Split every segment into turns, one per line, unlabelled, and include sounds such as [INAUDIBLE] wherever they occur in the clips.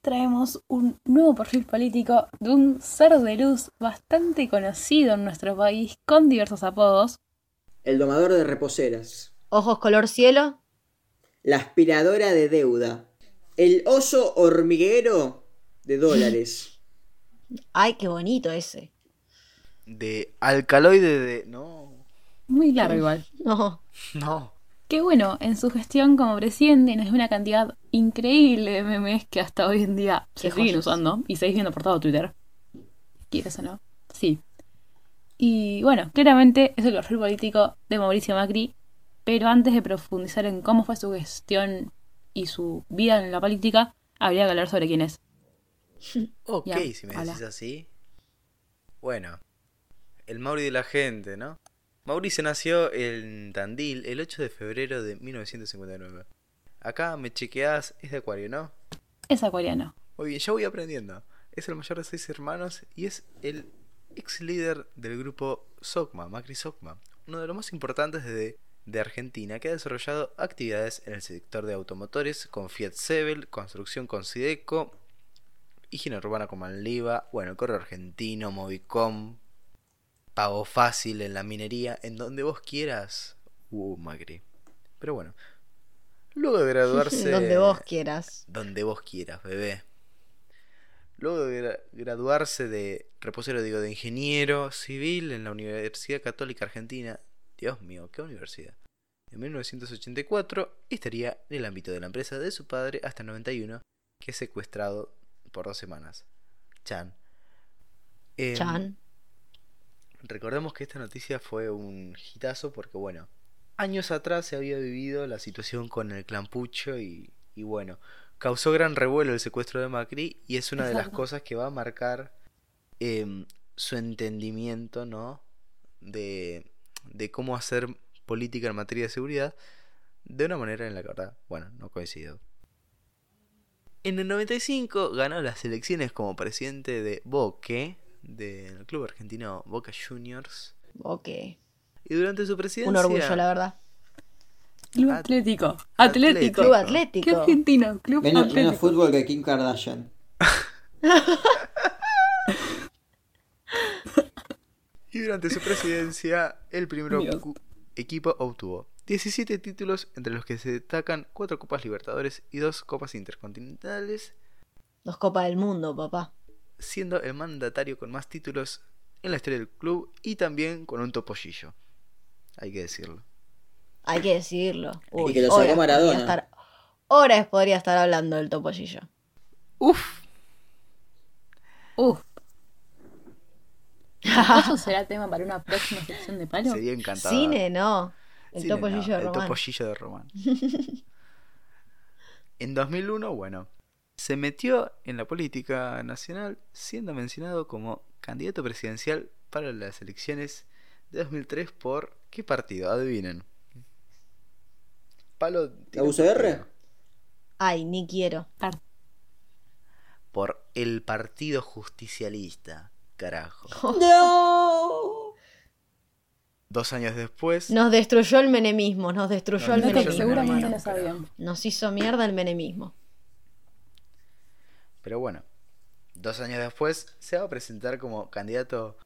tenemos un nuevo perfil político de un ser de luz bastante conocido en nuestro país con diversos apodos.
El domador de reposeras.
Ojos color cielo.
La aspiradora de deuda. El oso hormiguero de dólares.
Ay, qué bonito ese.
De alcaloide de... No,
Muy largo igual.
[LAUGHS] No.
no.
Que bueno, en su gestión como presidente nos dio una cantidad increíble de memes que hasta hoy en día se
Qué
siguen
joyas.
usando y seguís viendo por todo Twitter. ¿Quieres o no? Sí. Y bueno, claramente es el perfil político de Mauricio Macri, pero antes de profundizar en cómo fue su gestión y su vida en la política, habría que hablar sobre quién es.
Ok,
Ya,
si me
hola.
decís así. Bueno, el Mauri de la gente, ¿no? Mauricio nació en Tandil el 8 de febrero de 1959. Acá me chequeás, es de Acuario, ¿no?
Es acuariano.
Muy bien, ya voy aprendiendo. Es el mayor de seis hermanos y es el ex líder del grupo Socma, Macri Socma, uno de los más importantes de, de Argentina que ha desarrollado actividades en el sector de automotores con Fiat Sebel, construcción con Sideco, higiene urbana con Manliva, bueno, el correo argentino, Movicom, pago fácil en la minería, en donde vos quieras. Uh, Macri. Pero bueno. Luego
[LAUGHS]
de graduarse
Donde vos quieras.
donde vos quieras, bebé. Luego de gra- graduarse de reposero, digo, de ingeniero civil en la Universidad Católica Argentina, Dios mío, qué universidad. En 1984 estaría en el ámbito de la empresa de su padre hasta el 91, que es secuestrado por dos semanas. Chan. Em,
Chan.
Recordemos que esta noticia fue un hitazo porque, bueno, años atrás se había vivido la situación con el clan Pucho y, y bueno, causó gran revuelo el secuestro de Macri y es una de las
Exacto.
cosas que va a marcar em, su entendimiento, ¿no? De, de cómo hacer política en materia de seguridad de una manera en la que, verdad, bueno, no coincido. En el 95 ganó las elecciones como presidente de Boque, del club argentino Boca Juniors.
Ok.
Y durante su presidencia.
Un orgullo, la verdad.
Club
At-
Atlético. Atlético.
Club
Atlético.
¿Qué
Atlético.
argentino? Club
[LAUGHS] Menos, menos
Atlético.
fútbol que Kim Kardashian.
Y durante su presidencia, el primer
Dios.
cu- equipo obtuvo 17 títulos, entre los que se destacan 4 Copas Libertadores y 2 Copas Intercontinentales,
Dos Copas del Mundo, papá.
siendo el mandatario con más títulos en la historia del club y también con un topollillo. Hay que decirlo.
Hay que decirlo.
que lo sacó
horas
Maradona.
podría estar- horas podría estar hablando del topollillo.
¡Uf!
[LAUGHS]
Uf. ¿Eso será tema para una próxima sección de palo?
Sería encantador.
Cine, no. El
Cine,
topollillo
no,
de
El
Román.
topollillo
[LAUGHS]
de Román. en 2001, bueno, se metió en la política nacional siendo mencionado como candidato presidencial para las elecciones de 2003 por ¿qué partido? Adivinen. Palo tira un
UCR?
partido.
Ay, ni quiero.
Par-
Por el Partido Justicialista, carajo.
¡No!
Dos años
[LAUGHS]
después,
Nos destruyó el menemismo, nos destruyó
No,
el
no,
Nota que
yo
menemismo.
seguramente
no.
lo sabían.
Nos hizo mierda el menemismo.
Pero bueno, dos años después se va a presentar como candidato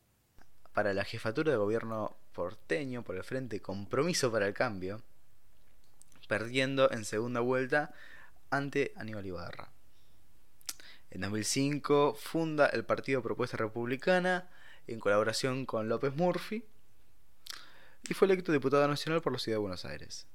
para la jefatura de gobierno porteño por el Frente Compromiso para el Cambio, perdiendo en segunda vuelta ante Aníbal Ibarra. En 2005 funda el Partido Propuesta Republicana en colaboración con López Murphy y fue electo diputado nacional por la Ciudad de Buenos Aires.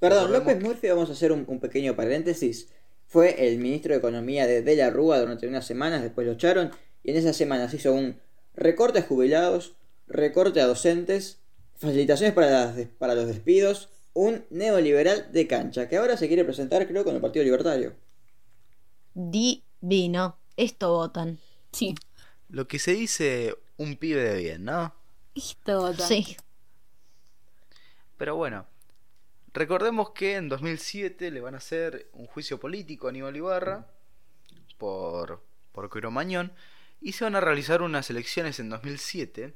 Perdón,
Recordemos-
López Murphy, vamos a hacer un, un pequeño paréntesis. Fue el ministro de Economía de De la Rúa durante unas semanas, después lo echaron, y en esas semanas hizo un recorte a jubilados, recorte a docentes, facilitaciones para, las des- para los despidos, un neoliberal de cancha, que ahora se quiere presentar, creo, con el Partido Libertario.
Divino. Esto votan.
Sí.
Lo que se dice un pibe de bien, ¿no?
Esto
Sí.
Pero bueno, recordemos que en 2007 le van a hacer un juicio político a Aníbal Ibarra por, por Cromañón y se van a realizar unas elecciones en 2007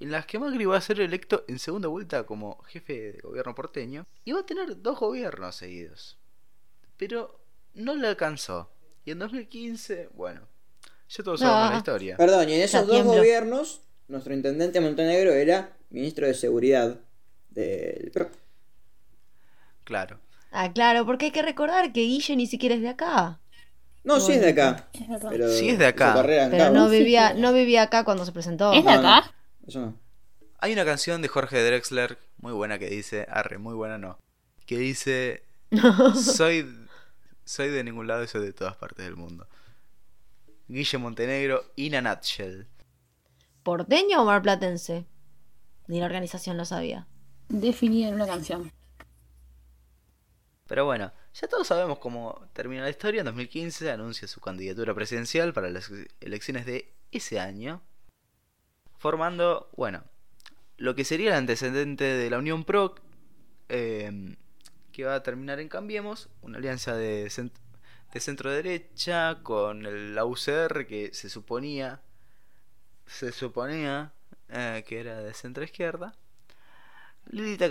en las que Macri va a ser electo en segunda vuelta como jefe de gobierno porteño y va a tener dos gobiernos seguidos. Pero no le alcanzó. Y en 2015, bueno, ya todos
No.
sabemos la historia.
Perdón, y en esos
Ya,
dos
tiemblo.
gobiernos, nuestro intendente Montenegro era ministro de Seguridad del PRO.
Claro.
Ah, claro, porque hay que recordar que Guille ni siquiera es de acá.
No, sí es de acá.
Es verdad.
Pero
Sí es de acá.
Su carrera en
Pero
Cabo.
no vivía, no vivía acá cuando se presentó.
¿Es de
No, no.
acá?
Eso no.
Hay una canción de Jorge Drexler, muy buena que dice, arre, muy buena no, que dice, soy, soy de ningún lado y soy de todas partes del mundo. Guille Montenegro, in a nutshell.
¿Porteño o marplatense? Ni la organización lo sabía.
Definida en una canción.
Pero bueno, ya todos sabemos cómo termina la historia. En 2015 anuncia su candidatura presidencial para las elecciones de ese año, formando, bueno, lo que sería el antecedente de la Unión Pro, eh, que va a terminar en Cambiemos, una alianza de, cent- de centro-derecha con el, la UCR que se suponía, se suponía eh, que era de centro-izquierda. Lilita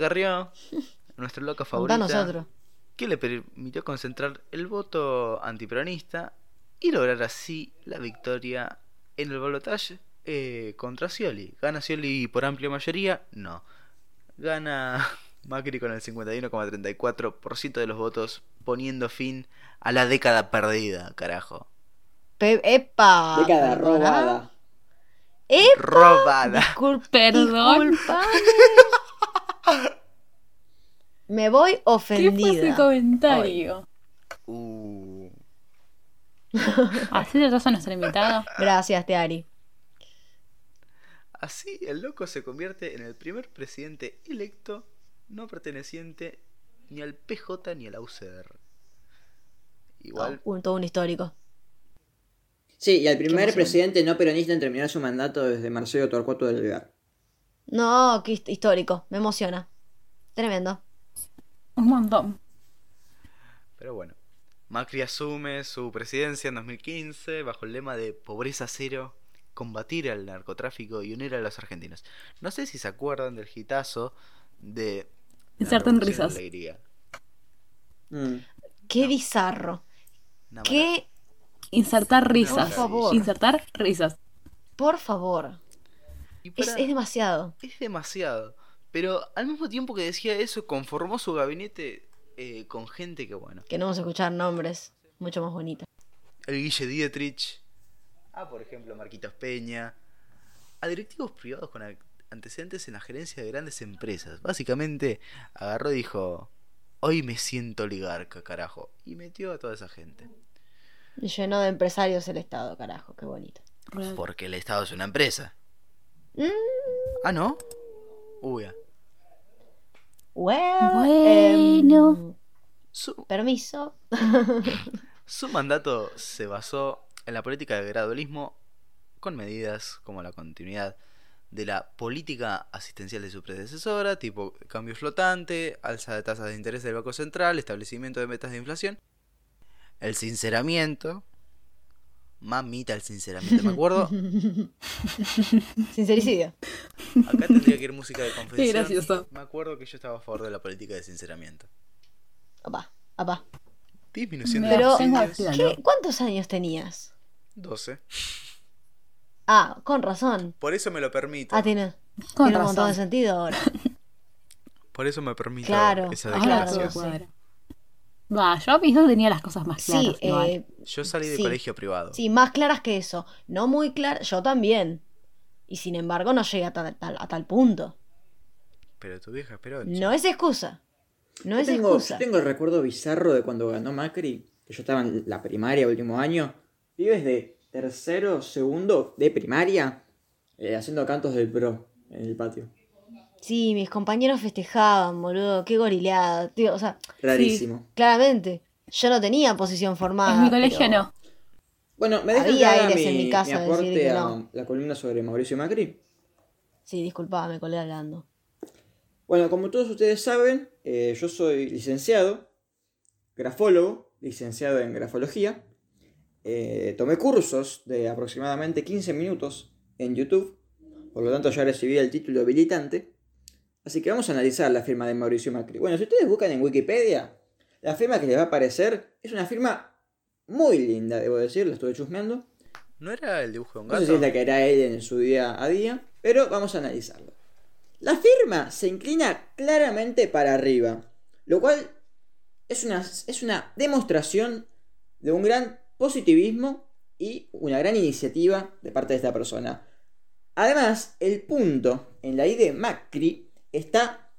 [LAUGHS]
Carrió, nuestra loca favorita
Contá nosotros.
que le permitió concentrar el voto antiperonista y lograr así la victoria en el balotaje eh, contra Scioli. ¿Gana Scioli por amplia mayoría? No. Gana Macri con el 51,34% de los votos, poniendo fin a la década perdida, carajo.
Pe- ¡Epa!
Década
¿Perdoná?
robada.
¡Ep!
Robada.
Discul-
Perdón.
disculpame. Me voy
¿Qué fue ese
ofendida.
comentario?
Uh,
Así tratas a nuestra invitada.
Gracias, Teari.
Así el loco se convierte en el primer presidente electo no perteneciente ni al PJ ni a la UCR. Igual
Un- todo un histórico.
Sí, y el
Qué
primer
emoción.
presidente no peronista en terminar su mandato desde Marcelo Torcuato del Vivar.
No, qué hist- histórico. Me emociona. Tremendo.
Un montón.
Pero bueno, Macri asume su presidencia en 2015 bajo el lema de pobreza cero, combatir al narcotráfico y unir a los argentinos. No sé si se acuerdan del hitazo de... la
Inserten
Revolución de
risas.
la Alegría.
Mm.
Qué bizarro.
Una maravilla.
Qué,
Insertar risas.
por favor.
Insertar risas.
Por favor.
Y
Es,
para-
es demasiado.
es demasiado. Pero al mismo tiempo que decía eso, conformó su gabinete eh, con gente que, bueno,
Que no vamos a escuchar nombres. Mucho más bonita.
el Guille Dietrich, a por ejemplo Marquitos Peña, a directivos privados con ac- antecedentes en la gerencia de grandes empresas. Básicamente agarró y dijo, hoy me siento oligarca, carajo, y metió a toda esa gente.
Llenó de empresarios el Estado, carajo. Qué bonito.
Real.
Porque el Estado es una empresa.
Mm,
Ah, ¿no? Uy, ah.
well,
Bueno.
em,
su,
permiso.
su mandato se basó en la política de gradualismo con medidas como la continuidad de la política asistencial de su predecesora, tipo cambio flotante, alza de tasas de interés del Banco Central, establecimiento de metas de inflación, el sinceramiento, mamita el sinceramiento,
[LAUGHS]
me acuerdo,
Sincericidio.
acá tendría que ir música de confesión,
Qué gracioso.
me acuerdo que yo estaba a favor de la política de sinceramiento.
Papá, papá.
Disminución de
Me
Pero-
abstengo
homicidios,
al
¿Qué-
final.
¿Cuántos años tenías?
12.
Ah, con razón.
Por eso me lo permito.
Ah, tiene,
Con
tiene un montón de
razón.
sentido ahora.
[LAUGHS]
Por eso me permito
Claro,
esa
ahora
Ahora
declaración.
todo
Gracias.
cuadra. Va, yo a mis dos tenía las cosas más claras.
Sí,
igual.
eh,
Yo salí de
Sí.
colegio privado.
sí, más claras que eso. No muy claras, yo también. Y sin embargo no llegué a tal, tal- a tal punto.
Pero tu vieja esperó.
No es excusa. No
Yo
es
tengo,
excusa.
yo tengo el recuerdo bizarro de cuando ganó Macri, que yo estaba en la primaria, último año. Vives de tercero, segundo de primaria, eh, haciendo cantos del pro en el patio.
Sí, mis compañeros festejaban, boludo. Qué gorileada, tío. O sea,
Rarísimo.
claramente. Yo no tenía posición formada.
en mi colegio
pero-
no.
Bueno, me dejan que
Había
haga
aires
mi,
en mi
mi
casa de decir
aporte
que
a
no.
la columna sobre Mauricio Macri.
Sí, disculpame, me colé hablando.
Bueno, como todos ustedes saben, eh, yo soy licenciado, grafólogo, licenciado en grafología. Eh, tomé cursos de aproximadamente 15 minutos en YouTube, por lo tanto ya recibí el título habilitante. Así que vamos a analizar la firma de Mauricio Macri. Bueno, si ustedes buscan en Wikipedia, la firma que les va a aparecer es una firma muy linda, debo decir, la estuve chusmeando.
¿No era el dibujo de un
No
gato?
sé si es la que hará él en su día a día, pero vamos a analizarlo. La firma se inclina claramente para arriba, lo cual es una, es una demostración de un gran positivismo y una gran iniciativa de parte de esta persona. Además, el punto en la I de Macri está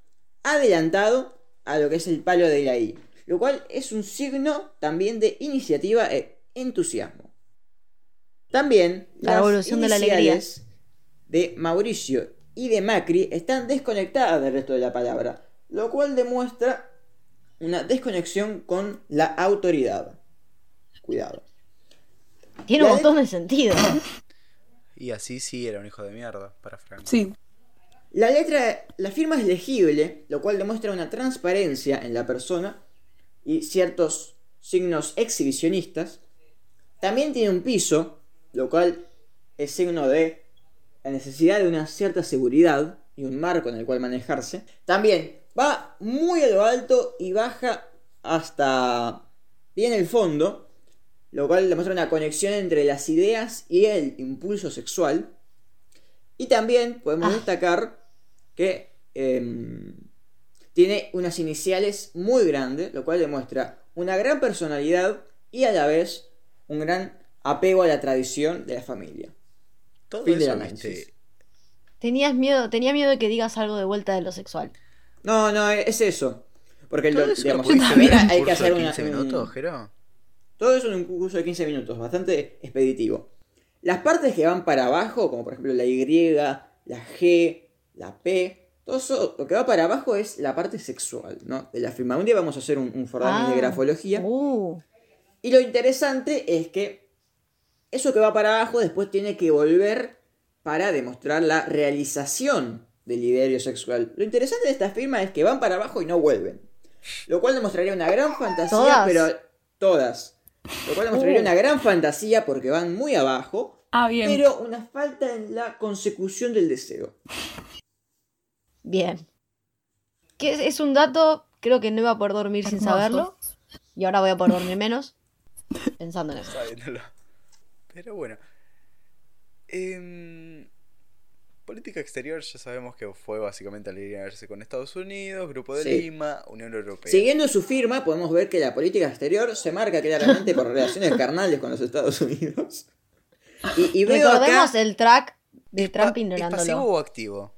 adelantado a lo que es el palo de la I, lo cual es un signo también de iniciativa e entusiasmo. También
La revolución de la
iniciales de Mauricio y de Macri están desconectadas del resto de la palabra, lo cual demuestra una desconexión con la autoridad. Cuidado.
Tiene un
La de-
montón de
[LAUGHS]
sentido.
Y así sí era un hijo de mierda para Franco.
Sí.
La letra, la firma es legible, lo cual demuestra una transparencia en la persona y ciertos signos exhibicionistas. También tiene un piso, lo cual es signo de la necesidad de una cierta seguridad y un marco en el cual manejarse. También va muy a lo alto y baja hasta bien el fondo, lo cual demuestra una conexión entre las ideas y el impulso sexual. Y también podemos
Ah.
destacar que em, tiene unas iniciales muy grandes, lo cual demuestra una gran personalidad y a la vez un gran apego a la tradición de la familia.
Todo
Fin del
eso,
análisis.
viste,
Tenías miedo, tenía miedo de que digas algo de vuelta de lo sexual.
No, no, es eso. Porque
Todo
lo-
eso
digamos,
lo
[LAUGHS]
pudiste ver
también
en un
hay que
curso
hacer
de
una-
15
un-
minutos, Jero.
Todo eso en un curso de 15 minutos, bastante expeditivo. Las partes que van para abajo, como por ejemplo la Y, la G, la P, todo eso, lo que va para abajo es la parte sexual, ¿no? De la firma. Un día vamos a hacer un, un fordanis
Ah.
de grafología.
Uh,
Y lo interesante es que eso que va para abajo después tiene que volver para demostrar la realización del ideario sexual. Lo interesante de esta firma es que van para abajo y no vuelven. Lo cual demostraría una gran fantasía,
Todas.
pero todas. Lo cual demostraría
Uh.
una gran fantasía porque van muy abajo,
Ah, bien.
pero una falta en la consecución del deseo.
bien. Que es, es un dato, creo que no iba a poder dormir sin
Hermoso.
saberlo. Y ahora voy a poder dormir menos [LAUGHS] pensando en eso.
sabiéndolo. Pero bueno. Em, política exterior ya sabemos que fue básicamente alinearse con Estados Unidos, Grupo de
Sí.
Lima, Unión Europea.
Siguiendo su firma, podemos ver que la política exterior se marca claramente por relaciones carnales con los Estados Unidos.
[LAUGHS]
Y, y veo acá...
Recordemos el track de
¿Es
Trump
pa- ¿Es pasivo
ignorándolo.
o activo?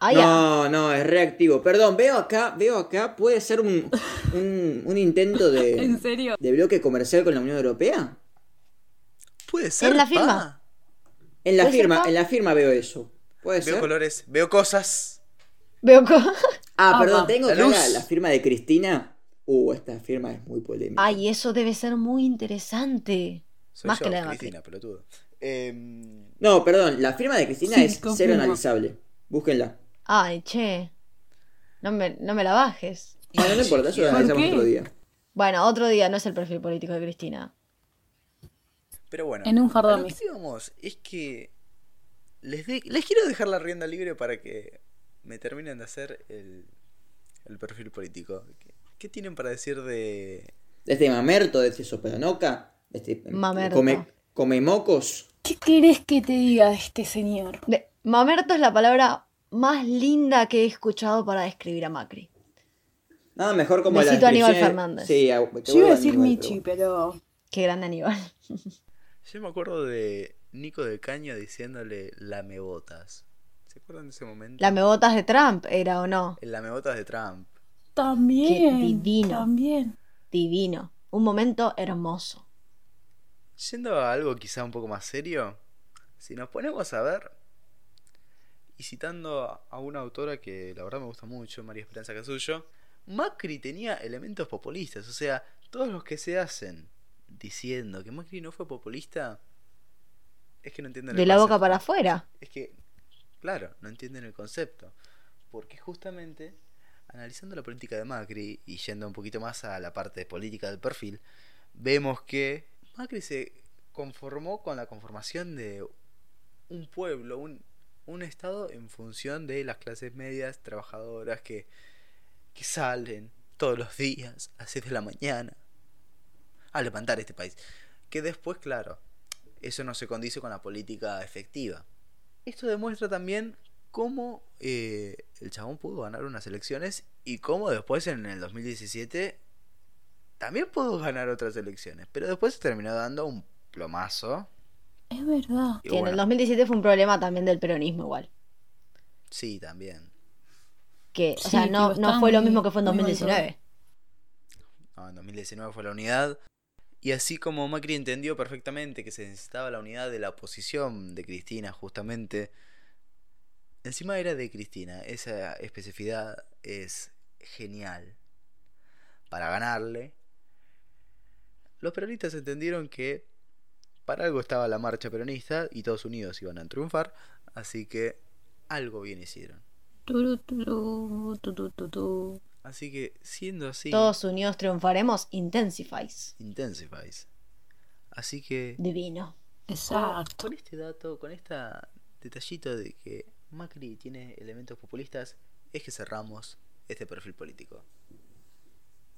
Ah, ya.
No, no, es reactivo. Perdón, veo acá, veo acá, puede ser un, un, un intento
[LAUGHS] ¿En
de,
serio?
de bloque comercial con la Unión Europea.
Puede ser.
la
pa.
firma?
En la
Pues
¿Puede ser,
firma,
pa?
en la firma veo eso. Puede
Veo
ser.
colores, veo cosas.
Veo co- [LAUGHS]
Ah,
Ah,
perdón,
va.
tengo
La
acá la,
luz.
la firma de Cristina. Uh, esta firma es muy polémica.
Ay, eso debe ser muy interesante.
Soy
Más
yo,
que la de Macri.
Cristina, pelotudo. Em,
No, perdón, la firma de Cristina
Sí,
es cero
confirmo.
analizable. Búsquenla.
Ay, che. No me, no me la bajes.
Bueno, Ah, no importa, eso lo
¿Por
analizamos
qué?
otro día.
Bueno, otro día no es el perfil político de Cristina.
pero bueno.
En un
a lo
jardín.
que íbamos es que les, de- les quiero dejar la rienda libre para que me terminen de hacer el, el perfil político. ¿Qué, qué tienen para decir de
De este mamerto, de este sopranoca, de este
Mamerto.
come, come mocos.
¿Qué querés que te diga de este señor?
De- Mamerto es la palabra más linda que he escuchado para describir a Macri.
Nada mejor como la
Besito a Aníbal
descripción-
Fernández.
Sí, a- que
Yo iba a
vuelva
decir
Aníbal, pero
Michi,
bueno.
pero.
Qué grande Aníbal. [LAUGHS]
Yo me acuerdo de Nico de Caño diciéndole lamebotas. ¿Se acuerdan de ese momento?
La mebotas de Trump era o no.
El lamebotas de Trump.
También.
Qué divino.
También.
Divino. Un momento hermoso.
Yendo a algo quizá un poco más serio, si nos ponemos a ver, y citando a una autora que la verdad me gusta mucho, María Esperanza Casullo, Macri tenía elementos populistas, o sea, todos los que se hacen diciendo que Macri no fue populista, es que no entienden el
De la boca
concepto.
para afuera.
Es que, claro, no entienden el concepto. Porque justamente, analizando la política de Macri y yendo un poquito más a la parte política del perfil, vemos que Macri se conformó con la conformación de un pueblo, un, un Estado en función de las clases medias trabajadoras que, que salen todos los días, a 6 de la mañana, a levantar este país. Que después, claro, eso no se condice con la política efectiva. Esto demuestra también cómo eh, el chabón pudo ganar unas elecciones y cómo después en el 2017 también pudo ganar otras elecciones. Pero después se terminó dando un plomazo.
Es verdad.
Y
Que en el
bueno,
2017 fue un problema también del peronismo igual.
Sí, también.
Que, o
Sí,
sea, no,
tipo,
no
está
fue lo
muy-
mismo que fue en
muy
2019.
No, Ah, en 2019 fue la unidad. Y así como Macri entendió perfectamente que se necesitaba la unidad de la oposición de Cristina, justamente. Encima era de Cristina. Esa especificidad es genial. Para ganarle. Los peronistas entendieron que para algo estaba la marcha peronista y todos unidos iban a triunfar. Así que algo bien hicieron.
Turu, turu, tu, tu, tu, tu.
Así que siendo así,
Todos unidos triunfaremos, intensifies.
intensifies. Así que
Divino.
Exacto.
Con este dato, con este detallito de que Macri tiene elementos populistas, es que cerramos este perfil político.